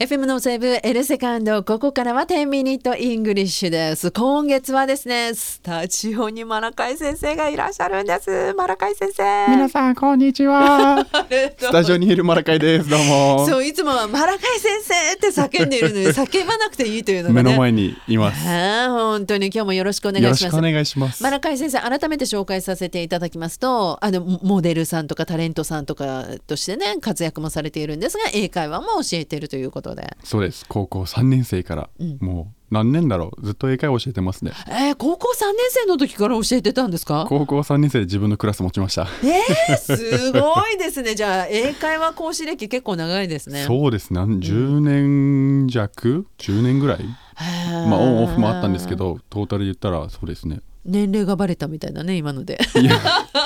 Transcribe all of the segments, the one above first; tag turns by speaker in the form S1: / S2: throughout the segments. S1: FM のセブエルセカンド、ここからは10ミニットイングリッシュです。今月はですね、スタジオにマラカイ先生がいらっしゃるんです。マラカイ先生。
S2: 皆さん、こんに ちは。スタジオにいるマラカイです。どうも。
S1: そう、いつもはマラカイ先生って叫んでいるのに、叫ばなくていいというのが、
S2: ね、目の前にいます。
S1: 本当に今日もよろしくお願いします。
S2: よろしくお願いします。
S1: マラカイ先生、改めて紹介させていただきますと、あの、モデルさんとかタレントさんとかとしてね、活躍もされているんですが、英会話も教えているということ
S2: そうです高校3年生から、うん、もう何年だろうずっと英会話教えてますね
S1: えー、高校3年生の時から教えてたんですか
S2: 高校3年生で自分のクラス持ちました
S1: えー、すごいですねじゃあ英会話講師歴結構長いですね
S2: そうですね10年弱、うん、10年ぐらいまあオンオフもあったんですけどトータルで言ったらそうで すね
S1: 年齢がバレたみたいなね今ので
S2: いや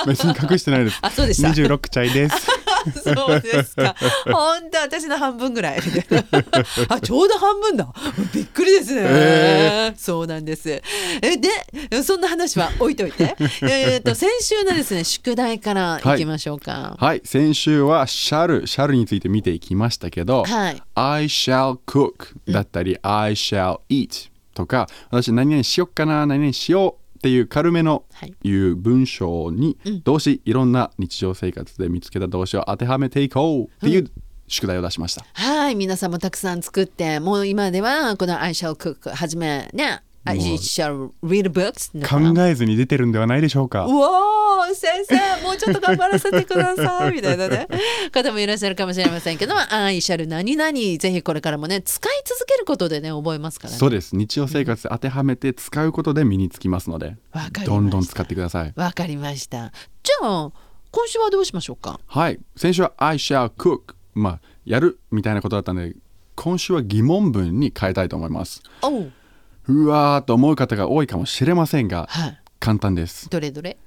S2: 別に隠してないです
S1: あそうでした
S2: 26歳です
S1: そうですか。本当私の半分ぐらい。 あちょうど半分だ。びっくりですね。えー、そうなんです。えでそんな話は置いとい て。えっと先週のですね宿題からいきましょうか。
S2: はい、はい、先週はシャルシャルについて見ていきましたけど、
S1: はい、
S2: I shall cook だったり、うん、I shall eat とか私何々しよっかな何々しようっていう軽めのいう文章に動詞、いろんな日常生活で見つけた動詞を当てはめていこうっていう、宿題を出しました、
S1: うん、はい皆さんもたくさん作ってもう今ではこの「I shall cook」はじめね I shall read books
S2: 考えずに出てるんではないでしょうか。
S1: うおー先生もうちょっと頑張らせてくださいみたいな ね方もいらっしゃるかもしれませんけども「I shall 何々」ぜひこれからもね使い続けることでね覚えますからね。
S2: そうです日常生活で当てはめて使うことで身につきますので、うん、どんどん使ってください。
S1: わかりました。じゃあ今週はどうしましょうか
S2: はい先週は「I shall cook」まあやるみたいなことだったので今週は疑問文に変えたいと思います。
S1: お
S2: うわーと思う方が多いかもしれませんが、
S1: はい、
S2: 簡単です
S1: どれどれ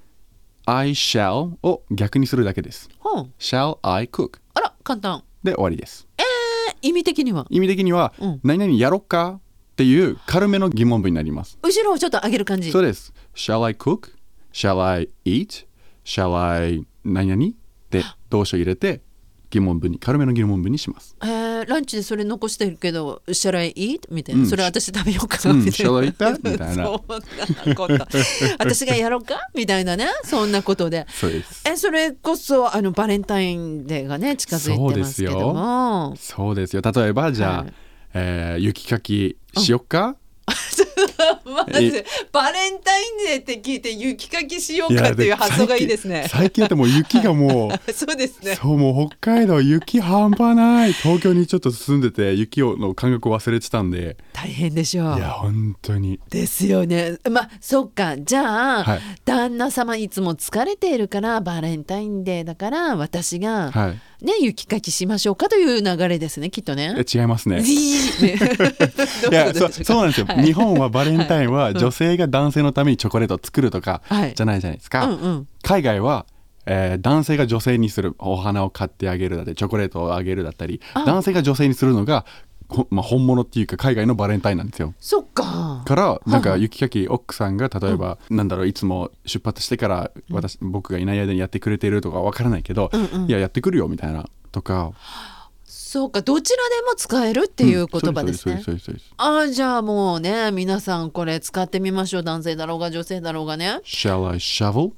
S2: I shall を逆にするだけです、
S1: うん、
S2: shall I cook
S1: あら簡単
S2: で終わりです
S1: えー、意味的には
S2: 意味的には、うん、何々やろっかっていう軽めの疑問文になります
S1: 後ろをちょっと上げる感じ
S2: そうです shall I cook shall I eat shall I 何々って動詞を入れて疑問文に軽めの疑問文にします。
S1: えー、ランチでそれ残してるけど「shall I eat?」みたいな、うん、それ私食べようかなみたいな、うん、
S2: みたいな
S1: そんなこと私がやろうかみたいなねそんなことで
S2: そうです
S1: えそれこそあのバレンタインデーがね近づいてますけども
S2: そうですよ例えばじゃあ、はい、えー、雪かきしよっか、
S1: まずバレンタインデーって聞いて雪かきしようかっていう発想がいいですね
S2: 最近ってもう雪がも
S1: うそうです ね
S2: そうもう北海道雪半端ない東京にちょっと住んでて雪をの感覚を忘れてたんで
S1: 大変でしょう
S2: いや本当に
S1: ですよねまあそっかじゃあ、はい、旦那様いつも疲れているからバレンタインデーだから私が、
S2: はい
S1: ね、雪かきしましょうかという流れですね、きっとね。
S2: 違いま すね。
S1: い
S2: やそ、そうなんですよ、はい、日本 はバレンタインは女性が男性のためにチョコレートを作るとかじゃないじゃないですか。
S1: はいうんうん、
S2: 海外はえー、男性が女性にするお花を買ってあげるだったりチョコレートをあげるだったり男性が女性にするのがまあ、本物っていうか海外のバレンタインなんですよ。
S1: そっか
S2: からなんか雪かき奥さんが例えば、うなんだろういつも出発してから私、うん、僕がいない間にやってくれてるとかわからないけど、
S1: うんうん、
S2: いややってくるよみたいなとか。
S1: そうかどちらでも使えるっていう言葉ですね。
S2: うん、すすす
S1: あじゃあもうね皆さんこれ使ってみましょう男性だろうが女性だろうがね。
S2: Shall I shovel?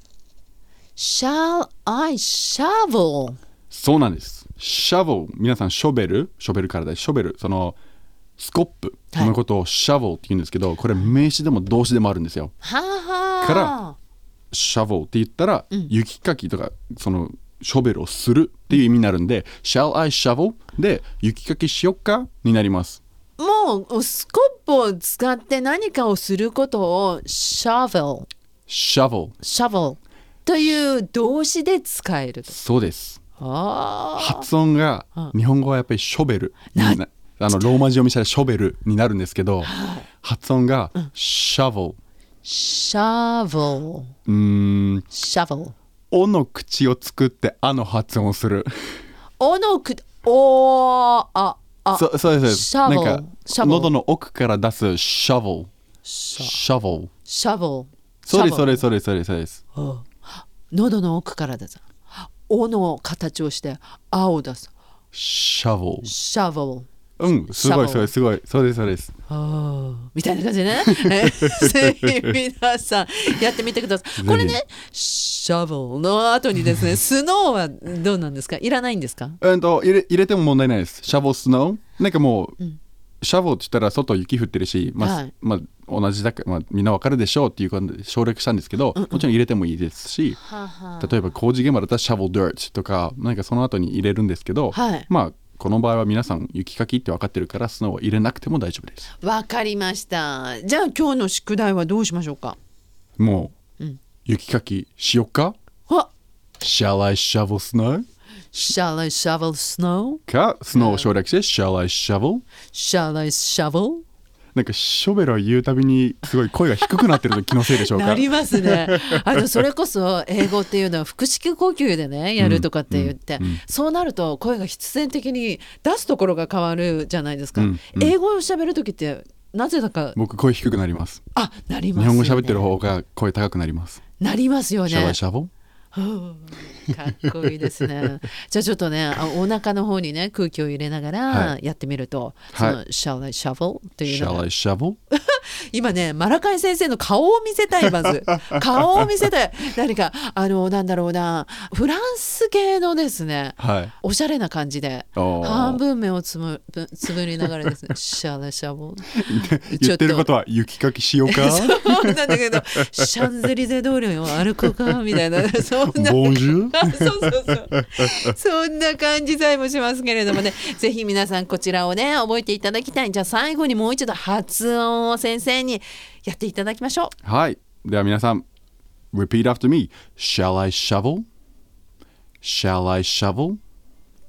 S1: Shall I shovel?
S2: そうなんです。シャボ皆さんショベルショベルからだショベルそのスコップのことをシャボって言うんですけど、はい、これ名詞でも動詞でもあるんですよ。
S1: はは
S2: からシャボって言ったら、うん、雪かきとかそのショベルをするっていう意味になるんで「Shall I shovel?」で雪かきしよっかになります。
S1: もうスコップを使って何かをすることをシャベル
S2: シャベル
S1: シャベルという動詞で使える
S2: そうです。
S1: 発
S2: 音が日本語はやっぱりショベルあのローマ字読みしたらショベルになるんですけど発音がシャボ
S1: シャボ
S2: うん
S1: シャボ
S2: おの口を作ってあの発音をする
S1: おのくおああ
S2: そそうです
S1: シャボ
S2: なんか喉の奥から出すシャボシャボ
S1: シャボ
S2: そうですそうですそうですそうですそうです
S1: 喉の奥から出す「お」の形をして「あ」を出す
S2: シャボ
S1: シャボ
S2: うんすごいすごいすごいそうですそうです
S1: あーみたいな感じで ね。えぜひ皆さんやってみてください。これね、シャボンの後に ですね、スノーはどうなんですかいらないんですか
S2: うんと入れ入れても問題ないですシャボスノーなんかも
S1: う
S2: う、
S1: ん
S2: シャボって言ったら外雪降ってるし、まあ
S1: はい
S2: まあ、同じだから、まあ、みんなわかるでしょうっていう感じで省略したんですけど、もちろん入れてもいいですし例えば工事現場だったらシャボディットとかなんかその後に入れるんですけど、
S1: はい
S2: まあこの場合は皆さん雪かきって分かってるからスノーは入れなくても大丈夫です
S1: わかりました。じゃあ今日の宿題はどうしましょうか
S2: もう、
S1: うん
S2: 雪かきしよっか
S1: あ
S2: Shall I shovel snow?
S1: Shall I shovel snow?
S2: かスノーを省略して Shall I shovel?
S1: Shall I shovel?
S2: なんかショベルを言うたびにすごい声が低くなってるの気のせいでしょうか
S1: なります ね。あのそれこそ英語っていうのは腹式呼吸でねやるとかって言って、そうなると声が必然的に出すところが変わるじゃないですか。
S2: うんうん
S1: 英語を喋る時ってなぜだか
S2: 僕声低くなります
S1: あなります
S2: 日
S1: よ、
S2: 本
S1: ね。
S2: 語喋ってる方が声高くなります、
S1: なりますよね。
S2: Shall I shovel?
S1: うんかっこいいです ね。じゃあちょっとねあお腹の方にね空気を入れながら
S2: は
S1: やってみると、
S2: は
S1: その「shall I shovel」というの
S2: Shall
S1: が
S2: I shovel?
S1: 今ねマラカイ先生の顔を見せたいま ず顔を見せたい何かあのなんだろうなフランス系のですね
S2: はい
S1: おしゃれな感じで
S2: おー
S1: 半分目をつむぶつぶりながらですねシャラシャボン
S2: 言ってることは雪かきしようか
S1: そう なんだけどシャンゼリゼ通りを歩くかみたいなそんな
S2: Bonjour?
S1: あ そうそうそうそんな感じさえもしますけれどもね ぜひ皆さんこちらをね覚えていただきたいじゃあ最後にもう一度発音を先生にやっていただきましょう
S2: はいでは皆さん Repeat after me Shall I shovel? Shall I shovel?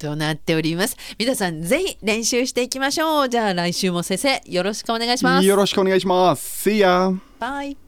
S1: となっております皆さんぜひ練習していきましょうじゃあ来週も先生よろしくお願いします
S2: よろしくお願いします See ya!
S1: バイ